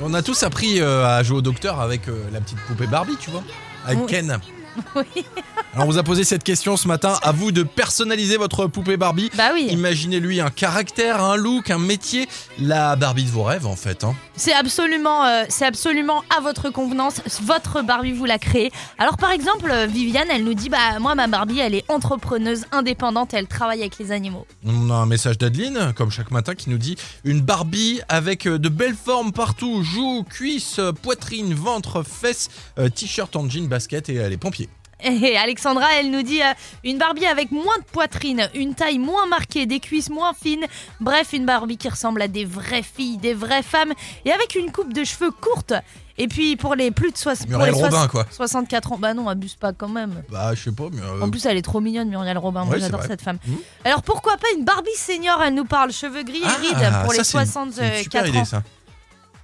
Speaker 4: On a tous appris euh, à jouer au docteur avec euh, la petite poupée Barbie, tu vois, avec
Speaker 3: Oui.
Speaker 4: Ken.
Speaker 3: Oui.
Speaker 4: Alors, on vous a posé cette question ce matin, à vous de personnaliser votre poupée Barbie.
Speaker 3: Bah oui,
Speaker 4: Imaginez-lui un caractère, un look, un métier, la Barbie de vos rêves en fait. Hein.
Speaker 3: c'est absolument, euh, c'est absolument à votre convenance, votre Barbie vous l'a créée. Alors par exemple, euh, Viviane, elle nous dit, bah moi ma Barbie, elle est entrepreneuse, indépendante, elle travaille avec les animaux.
Speaker 4: On a un message d'Adeline, comme chaque matin, qui nous dit une Barbie avec euh, de belles formes partout, joues, cuisses, euh, poitrine, ventre, fesses, euh, t-shirt en jean, basket et euh, les pompiers.
Speaker 3: Et Alexandra, elle nous dit euh, une Barbie avec moins de poitrine, une taille moins marquée, des cuisses moins fines. Bref, une Barbie qui ressemble à des vraies filles, des vraies femmes et avec une coupe de cheveux courte. Et puis pour les plus de soix- pour
Speaker 4: Muriel
Speaker 3: les soix-
Speaker 4: Robin, quoi.
Speaker 3: 64 ans, bah non, abuse pas quand même.
Speaker 4: Bah, je sais pas, mais. euh,
Speaker 3: En plus, elle est trop mignonne, Muriel Robin. Moi,
Speaker 4: Ouais, c'est
Speaker 3: j'adore
Speaker 4: vrai.
Speaker 3: cette femme.
Speaker 4: Mhm.
Speaker 3: Alors, pourquoi pas une Barbie senior Elle nous parle cheveux gris et
Speaker 4: ah,
Speaker 3: rides pour
Speaker 4: ça,
Speaker 3: les
Speaker 4: c'est une- c'est
Speaker 3: 64
Speaker 4: une Super idée,
Speaker 3: euh, ans.
Speaker 4: ça.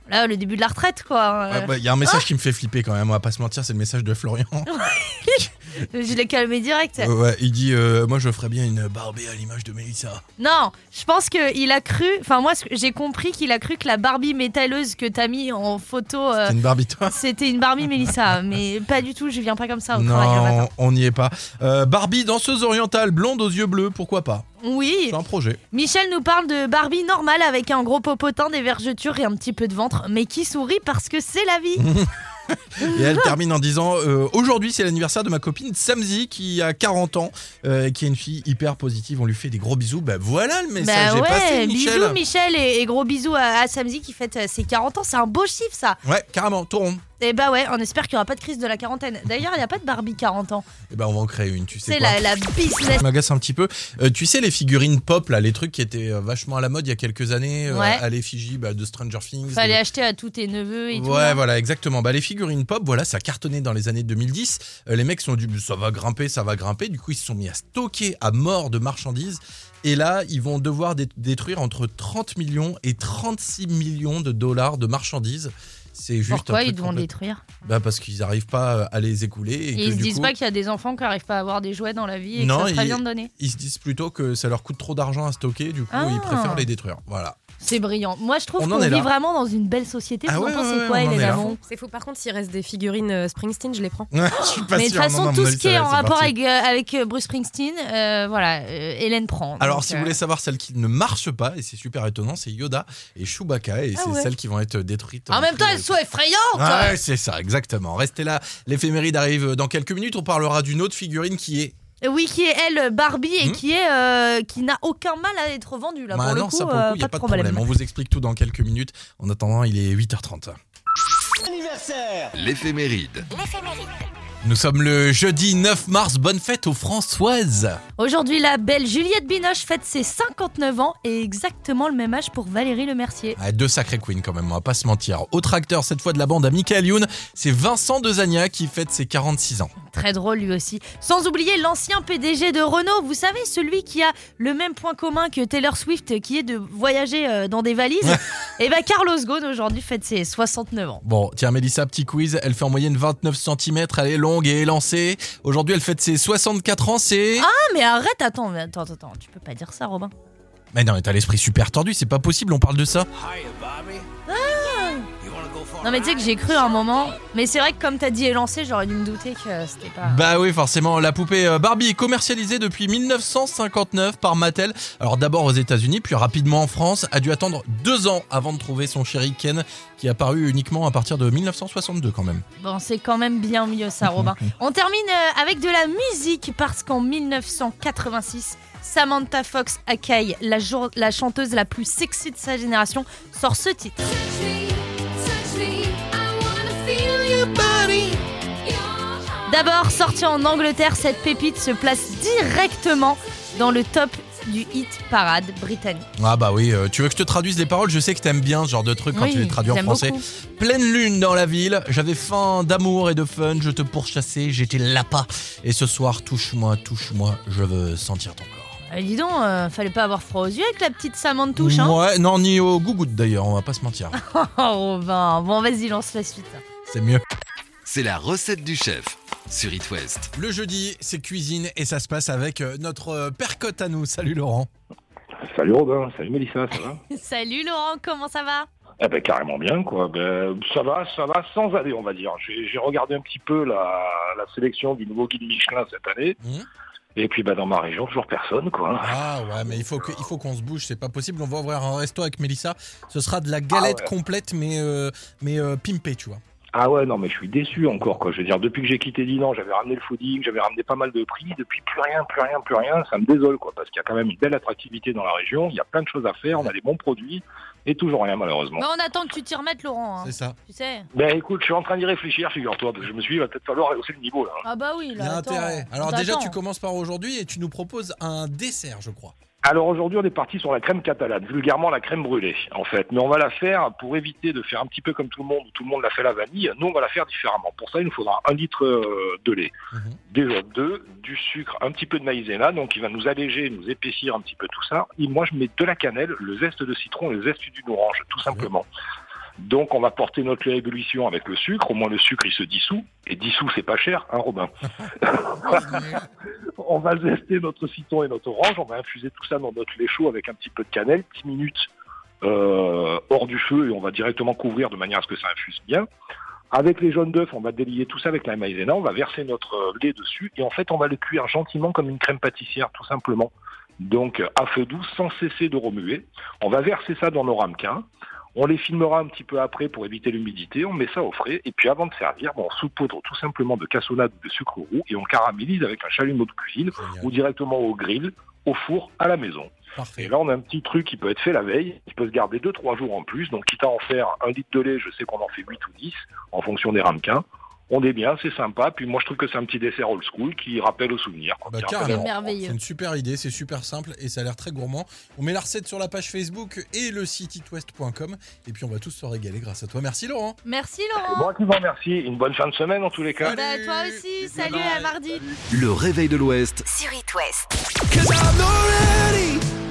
Speaker 3: Là, le début de la retraite, quoi.
Speaker 4: Ouais, bah, Il y a un
Speaker 3: Ah.
Speaker 4: message qui me fait flipper quand même, on va pas se mentir, c'est le message de Florian.
Speaker 3: Euh, Je l'ai calmé direct.
Speaker 4: Euh, ouais, il dit euh, Moi, je ferais bien une Barbie à l'image de Mélissa.
Speaker 3: Non, je pense qu'il a cru. Enfin, moi, ce que- j'ai compris qu'il a cru que la Barbie métalleuse que t'as mis en photo, euh,
Speaker 4: C'est une Barbie, toi
Speaker 3: c'était une Barbie Mélissa. Mais pas du tout, je viens pas comme ça au travail le matin.
Speaker 4: Non, on n'y est pas. Euh, Barbie, danseuse orientale, blonde aux yeux bleus, pourquoi pas
Speaker 3: Oui,
Speaker 4: C'est un projet.
Speaker 3: Michel nous parle de Barbie normale avec un gros popotin, des vergetures et un petit peu de ventre, mais qui sourit parce que c'est la vie.
Speaker 4: Et elle termine en disant euh, Aujourd'hui, c'est l'anniversaire de ma copine Samzi qui a 40 ans, euh, qui est une fille hyper positive. On lui fait des gros bisous. Bah voilà le message.
Speaker 3: bah
Speaker 4: est passé,
Speaker 3: ouais,
Speaker 4: Michel.
Speaker 3: bisous Michel et, et gros bisous à, à Samzi qui fête euh, ses 40 ans. C'est un beau chiffre ça.
Speaker 4: Ouais, carrément, tout rond.
Speaker 3: Et bah ouais, on espère qu'il n'y aura pas de crise de la quarantaine. D'ailleurs, il n'y a pas de Barbie 40 ans.
Speaker 4: Et ben, on va en créer une, tu sais.
Speaker 3: C'est
Speaker 4: quoi.
Speaker 3: la, la business.
Speaker 4: Ça m'agace un petit peu. Euh, tu sais, les figurines pop, là, les trucs qui étaient euh, vachement à la mode il y a quelques années, euh,
Speaker 3: Ouais.
Speaker 4: à l'effigie bah, de Stranger Things.
Speaker 3: Fallait
Speaker 4: de-
Speaker 3: acheter à tous tes neveux et tout. hein.
Speaker 4: Ouais,
Speaker 3: là.
Speaker 4: voilà, exactement. Bah, les figurines pop, voilà, ça cartonnait dans les années 2010. Euh, les mecs se sont dit, ça va grimper, ça va grimper. Du coup, ils se sont mis à stocker à mort de marchandises. Et là, ils vont devoir dé- détruire entre 30 millions et 36 millions de dollars de marchandises. C'est juste. un
Speaker 3: Pourquoi
Speaker 4: truc
Speaker 3: ils vont
Speaker 4: complète-
Speaker 3: détruire
Speaker 4: bah, Parce qu'ils n'arrivent pas euh, à les écouler. Et,
Speaker 3: Et
Speaker 4: que,
Speaker 3: Ils se
Speaker 4: du
Speaker 3: disent
Speaker 4: coup,
Speaker 3: pas qu'il y a des enfants qui n'arrivent pas à avoir des jouets dans la vie et
Speaker 4: Non,
Speaker 3: que ça serait
Speaker 4: ils-
Speaker 3: bien de donner.
Speaker 4: ils se disent plutôt que ça leur coûte trop d'argent à stocker. Du coup,
Speaker 3: Ah.
Speaker 4: ils préfèrent les détruire. Voilà.
Speaker 3: C'est brillant. Moi, je trouve
Speaker 4: On en
Speaker 3: qu'on
Speaker 4: est
Speaker 3: vit
Speaker 4: là.
Speaker 3: vraiment dans une belle société.
Speaker 4: Ah
Speaker 3: Vous
Speaker 4: ouais,
Speaker 3: en pensez
Speaker 4: ouais,
Speaker 3: quoi,
Speaker 4: ouais, on en
Speaker 3: Hélène
Speaker 4: est là.
Speaker 3: Hamon
Speaker 5: C'est fou. Par contre, s'il reste des figurines euh, Springsteen, je les prends.
Speaker 4: Je suis pas
Speaker 3: Mais de
Speaker 4: sûr,
Speaker 3: toute façon,
Speaker 4: non, non,
Speaker 3: tout
Speaker 4: mais
Speaker 3: ce qui est
Speaker 4: ça,
Speaker 3: en
Speaker 4: c'est
Speaker 3: rapport
Speaker 4: parti.
Speaker 3: avec, euh, avec euh, Bruce Springsteen, euh, voilà, euh, Hélène prend.
Speaker 4: Alors,
Speaker 3: Donc,
Speaker 4: si
Speaker 3: euh,
Speaker 4: vous voulez savoir celle qui ne marche pas, et c'est super étonnant, c'est Yoda et Chewbacca, et
Speaker 3: Ah
Speaker 4: c'est
Speaker 3: ouais.
Speaker 4: celles qui vont être détruites.
Speaker 3: En même temps,
Speaker 4: priorité.
Speaker 3: elles sont effrayantes hein.
Speaker 4: Ah ouais, c'est ça, exactement. Restez là, l'éphéméride arrive dans quelques minutes. On parlera d'une autre figurine qui est.
Speaker 3: Oui, qui est elle, Barbie, et
Speaker 4: Hmm.
Speaker 3: qui est euh, qui n'a aucun mal à être vendue. Là,
Speaker 4: Bah
Speaker 3: pour le
Speaker 4: non,
Speaker 3: coup,
Speaker 4: ça, pour le
Speaker 3: euh,
Speaker 4: coup, il n'y a pas de problème. hein.
Speaker 3: problème.
Speaker 4: On vous explique tout dans quelques minutes. En attendant, il est 8h30.
Speaker 10: Anniversaire
Speaker 1: L'éphéméride.
Speaker 4: Nous sommes le jeudi 9 mars. Bonne fête aux Françoises.
Speaker 3: Aujourd'hui, la belle Juliette Binoche fête ses 59 ans et exactement le même âge pour Valérie Lemercier.
Speaker 4: Ah, deux sacrés queens quand même, on va pas se mentir. Autre acteur, cette fois de la bande à Michael Youn, c'est Vincent Dezagna qui fête ses 46 ans.
Speaker 3: Très drôle lui aussi. Sans oublier l'ancien PDG de Renault, vous savez, celui qui a le même point commun que Taylor Swift, qui est de voyager euh, dans des valises. et bien, Carlos Ghosn aujourd'hui fête ses 69 ans.
Speaker 4: Bon, tiens Mélissa, petit quiz, elle fait en moyenne 29 cm, elle est longue et élancée. Aujourd'hui, elle fête ses 64 ans, c'est...
Speaker 3: Ah, mais arrête, attends, mais attends, attends, tu peux pas dire ça, Robin.
Speaker 4: Mais non, mais t'as l'esprit super tordu, c'est pas possible, on parle de ça.
Speaker 3: Non, mais tu sais que j'ai cru un moment, mais c'est vrai que comme t'as dit élancé, j'aurais dû me douter que c'était pas.
Speaker 4: Bah oui, forcément, la poupée euh, Barbie est commercialisée depuis 1959 par Mattel. Alors d'abord aux États-Unis, puis rapidement en France, a dû attendre deux ans avant de trouver son chéri Ken, qui est apparu uniquement à partir de 1962 quand même.
Speaker 3: Bon, c'est quand même bien mieux ça, Robin. On termine euh, avec de la musique parce qu'en 1986, Samantha Fox Akai, la, jour- la chanteuse la plus sexy de sa génération, sort ce titre. D'abord sortie en Angleterre, cette pépite se place directement dans le top du hit parade britannique.
Speaker 4: Ah bah oui, euh, tu veux que je te traduise les paroles Je sais que t'aimes bien ce genre de truc quand
Speaker 3: Oui,
Speaker 4: tu les traduis en
Speaker 3: j'aime
Speaker 4: français.
Speaker 3: beaucoup.
Speaker 4: Pleine lune dans la ville, j'avais faim d'amour et de fun, je te pourchassais, j'étais lapin. Et ce soir, touche-moi, touche-moi, je veux sentir ton corps.
Speaker 3: Euh, dis donc, euh, fallait pas avoir froid aux yeux avec la petite Samantha touche, hein
Speaker 4: Ouais, non, ni au gougoute d'ailleurs, on va pas se mentir.
Speaker 3: Oh Robin, bon vas-y, lance la suite.
Speaker 4: C'est mieux.
Speaker 1: C'est la recette du chef sur It West.
Speaker 4: Le jeudi, c'est cuisine et ça se passe avec euh, notre euh, percote à nous. Salut Laurent.
Speaker 6: Salut Robin, salut Mélissa, ça va
Speaker 3: Salut Laurent, comment ça va
Speaker 6: Eh ben carrément bien quoi. Ben, ça va, ça va sans aller on va dire. J'ai j'ai regardé un petit peu la, la sélection du nouveau guide Michelin cette année.
Speaker 4: Mhm.
Speaker 6: Et puis ben, dans ma région toujours personne quoi.
Speaker 4: Ah ouais, mais il faut que- il faut qu'on se bouge, c'est pas possible. On va ouvrir un resto avec Mélissa. Ce sera de la galette
Speaker 6: Ah ouais.
Speaker 4: complète, mais, euh, mais euh, pimpée, tu vois.
Speaker 6: Ah ouais, non, mais je suis déçu encore, quoi. Je veux dire, depuis que j'ai quitté Dinan, j'avais ramené le fooding, j'avais ramené pas mal de prix. Depuis, plus rien, plus rien, plus rien. Ça me désole, quoi, parce qu'il y a quand même une belle attractivité dans la région. Il y a plein de choses à faire. On a des bons produits et toujours rien, malheureusement.
Speaker 3: Bah, on attend que tu t'y remettes, Laurent. hein.
Speaker 4: C'est ça.
Speaker 3: Tu sais
Speaker 6: Ben écoute, je suis en train d'y réfléchir, figure-toi, parce que je me suis dit, il va peut-être falloir hausser le niveau, là. hein.
Speaker 3: Ah bah oui,
Speaker 4: Il y
Speaker 3: là.
Speaker 4: a
Speaker 3: attends,
Speaker 4: intérêt.
Speaker 3: on
Speaker 4: Alors déjà,
Speaker 3: t'attend.
Speaker 4: tu commences par aujourd'hui et tu nous proposes un dessert, je crois.
Speaker 6: Alors aujourd'hui, on est parti sur la crème catalane, vulgairement la crème brûlée, en fait. Mais on va la faire pour éviter de faire un petit peu comme tout le monde, où tout le monde l'a fait la vanille. Nous, on va la faire différemment. Pour ça, il nous faudra un litre euh, de lait,
Speaker 4: Mhm.
Speaker 6: déjà deux, du sucre, un petit peu de maïzena, donc il va nous alléger, nous épaissir un petit peu tout ça. Et moi, je mets de la cannelle, le zeste de citron et le zeste d'une orange, tout simplement. Donc, on va porter notre lait à ébullition avec le sucre. Au moins, le sucre, il se dissout. Et dissout, c'est pas cher, hein, Robin Ah. on va zester notre citron et notre orange, on va infuser tout ça dans notre lait chaud avec un petit peu de cannelle, 10 minutes euh, hors du feu et on va directement couvrir de manière à ce que ça infuse bien. Avec les jaunes d'œufs, on va délier tout ça avec la maïzena, on va verser notre euh, lait dessus et en fait on va le cuire gentiment comme une crème pâtissière tout simplement. Donc euh, à feu doux, sans cesser de remuer. On va verser ça dans nos ramequins. On les filmera un petit peu après pour éviter l'humidité, on met ça au frais, et puis avant de servir, bon, on saupoudre tout simplement de cassonade ou de sucre roux, et on caramélise avec un chalumeau de cuisine,
Speaker 4: Génial.
Speaker 6: ou directement au grill, au four, à la maison. Et
Speaker 4: Parfait.
Speaker 6: là, on a un petit truc qui peut être fait la veille, qui peut se garder 2-3 jours en plus. Donc, quitte à en faire un litre de lait, je sais qu'on en fait 8 ou 10 en fonction des ramequins. On est bien, c'est sympa. Puis moi, je trouve que c'est un petit dessert old school qui rappelle aux souvenirs. quoi,
Speaker 4: Bah,
Speaker 6: qui
Speaker 4: carrément.
Speaker 6: rappelle aux-
Speaker 3: C'est merveilleux.
Speaker 4: C'est une super idée, c'est super simple et ça a l'air très gourmand. On met la recette sur la page Facebook et le site itwest.com et puis on va tous se régaler grâce à toi. Merci Laurent.
Speaker 3: Merci,
Speaker 6: C'est
Speaker 3: Laurent.
Speaker 6: moi qui vous remercie. Une bonne fin de semaine en tous les cas.
Speaker 3: Bah, toi aussi. Salut, à mardi.
Speaker 1: Le réveil de l'Ouest
Speaker 2: sur It West.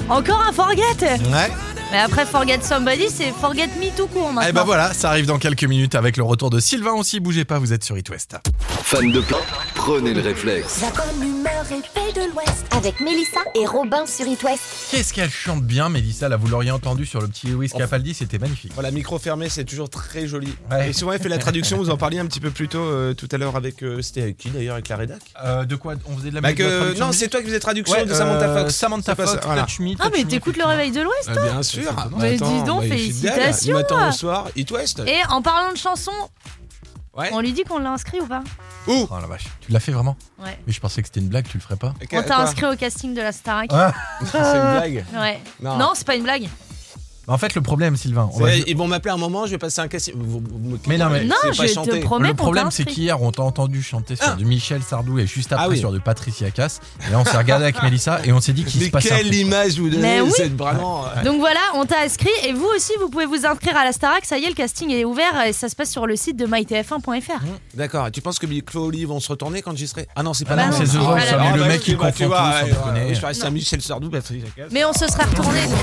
Speaker 3: Encore un forget
Speaker 4: Ouais.
Speaker 3: Mais après Forget Somebody, c'est Forget Me tout court maintenant.
Speaker 4: Et bah voilà, ça arrive dans quelques minutes avec le retour de Sylvain aussi. Bougez pas, vous êtes sur itwest.
Speaker 1: Fan de pain, prenez le réflexe.
Speaker 2: La bonne humeur et paix de l'Ouest avec Mélissa et Robin sur It West.
Speaker 4: Qu'est-ce qu'elle chante bien, Mélissa Là, vous l'auriez entendu sur le petit Louis Capaldi, c'était magnifique.
Speaker 10: Voilà, micro fermé, c'est toujours très joli.
Speaker 4: Ouais.
Speaker 10: Et souvent, elle fait la traduction, vous en parliez un petit peu plus tôt euh, tout à l'heure avec. euh, C'était avec qui d'ailleurs Avec la rédac
Speaker 4: Euh, de quoi On faisait de la
Speaker 10: Bah,
Speaker 4: musique de la
Speaker 10: que-
Speaker 4: traduction
Speaker 10: Non,
Speaker 4: de
Speaker 10: c'est toi qui faisais traduction
Speaker 4: musique
Speaker 10: de
Speaker 4: Ouais,
Speaker 10: Samantha
Speaker 4: euh,
Speaker 10: Fox.
Speaker 4: Samantha
Speaker 10: C'est pas
Speaker 4: Fox,
Speaker 10: ça, voilà.
Speaker 4: Touch Me,
Speaker 3: Ah,
Speaker 4: Touch
Speaker 3: mais
Speaker 4: Me,
Speaker 3: t'écoutes
Speaker 4: Touch
Speaker 3: le
Speaker 4: Me.
Speaker 3: réveil de l'Ouest
Speaker 10: Ah, bien sûr.
Speaker 4: c'est étonnant.
Speaker 3: Mais
Speaker 10: Attends,
Speaker 3: dis donc,
Speaker 10: bah, il est fidèle.
Speaker 3: félicitations.
Speaker 10: Il m'attend le soir. It West.
Speaker 3: Et en parlant de chansons,
Speaker 10: Ouais.
Speaker 3: on lui dit qu'on l'a inscrit ou pas
Speaker 10: Où
Speaker 4: Oh la vache, tu l'as fait vraiment
Speaker 3: Ouais.
Speaker 4: Mais je pensais que c'était une blague, tu le ferais pas
Speaker 10: Ok,
Speaker 3: On t'a
Speaker 10: quoi
Speaker 3: inscrit au casting de la Starac.
Speaker 4: Ah.
Speaker 10: C'est une blague.
Speaker 3: Ouais. Non, c'est pas une blague.
Speaker 4: Bah, En fait, le problème, Sylvain, on va-
Speaker 10: C'est- Ils vont m'appeler un moment, je vais passer un casting. Vous- vous- vous-
Speaker 4: Mais non, mais-
Speaker 10: c'est
Speaker 3: non,
Speaker 10: pas
Speaker 3: je
Speaker 10: chanter.
Speaker 3: te promets
Speaker 4: le
Speaker 3: qu'on
Speaker 4: problème,
Speaker 3: t'a
Speaker 4: c'est
Speaker 3: inscrit.
Speaker 4: qu'hier, on t'a entendu chanter sur
Speaker 10: Ah.
Speaker 4: du Michel Sardou et juste après
Speaker 10: Ah oui.
Speaker 4: sur du Patricia Cass. Et là, on s'est regardé avec Mélissa et on s'est dit qu'il se
Speaker 10: Mais
Speaker 4: passait. un
Speaker 10: quelle
Speaker 4: truc.
Speaker 10: image vous
Speaker 3: Mais
Speaker 10: donnez
Speaker 3: oui.
Speaker 10: C'est vraiment. euh,
Speaker 3: Donc voilà, on t'a inscrit et vous aussi, vous pouvez vous inscrire à la Starac. Ça y est, le casting est ouvert et ça se passe sur le site de mytf1.fr.
Speaker 10: D'accord, et tu penses que Micro Olive vont se retourner quand j'y serai Ah non, c'est pas
Speaker 4: Ah
Speaker 3: Bah
Speaker 10: la
Speaker 4: non,
Speaker 10: même.
Speaker 4: c'est The Voice,
Speaker 10: Ah,
Speaker 3: hein, mais
Speaker 10: bah
Speaker 4: le
Speaker 10: oui,
Speaker 4: mec qui
Speaker 10: bah, tu
Speaker 4: confond
Speaker 10: vois,
Speaker 4: tous, on
Speaker 10: ouais,
Speaker 4: le connaît.
Speaker 10: ouais, Je suis resté à Michel Sardou, Patrick Lacasse.
Speaker 3: Mais on se serait retourné.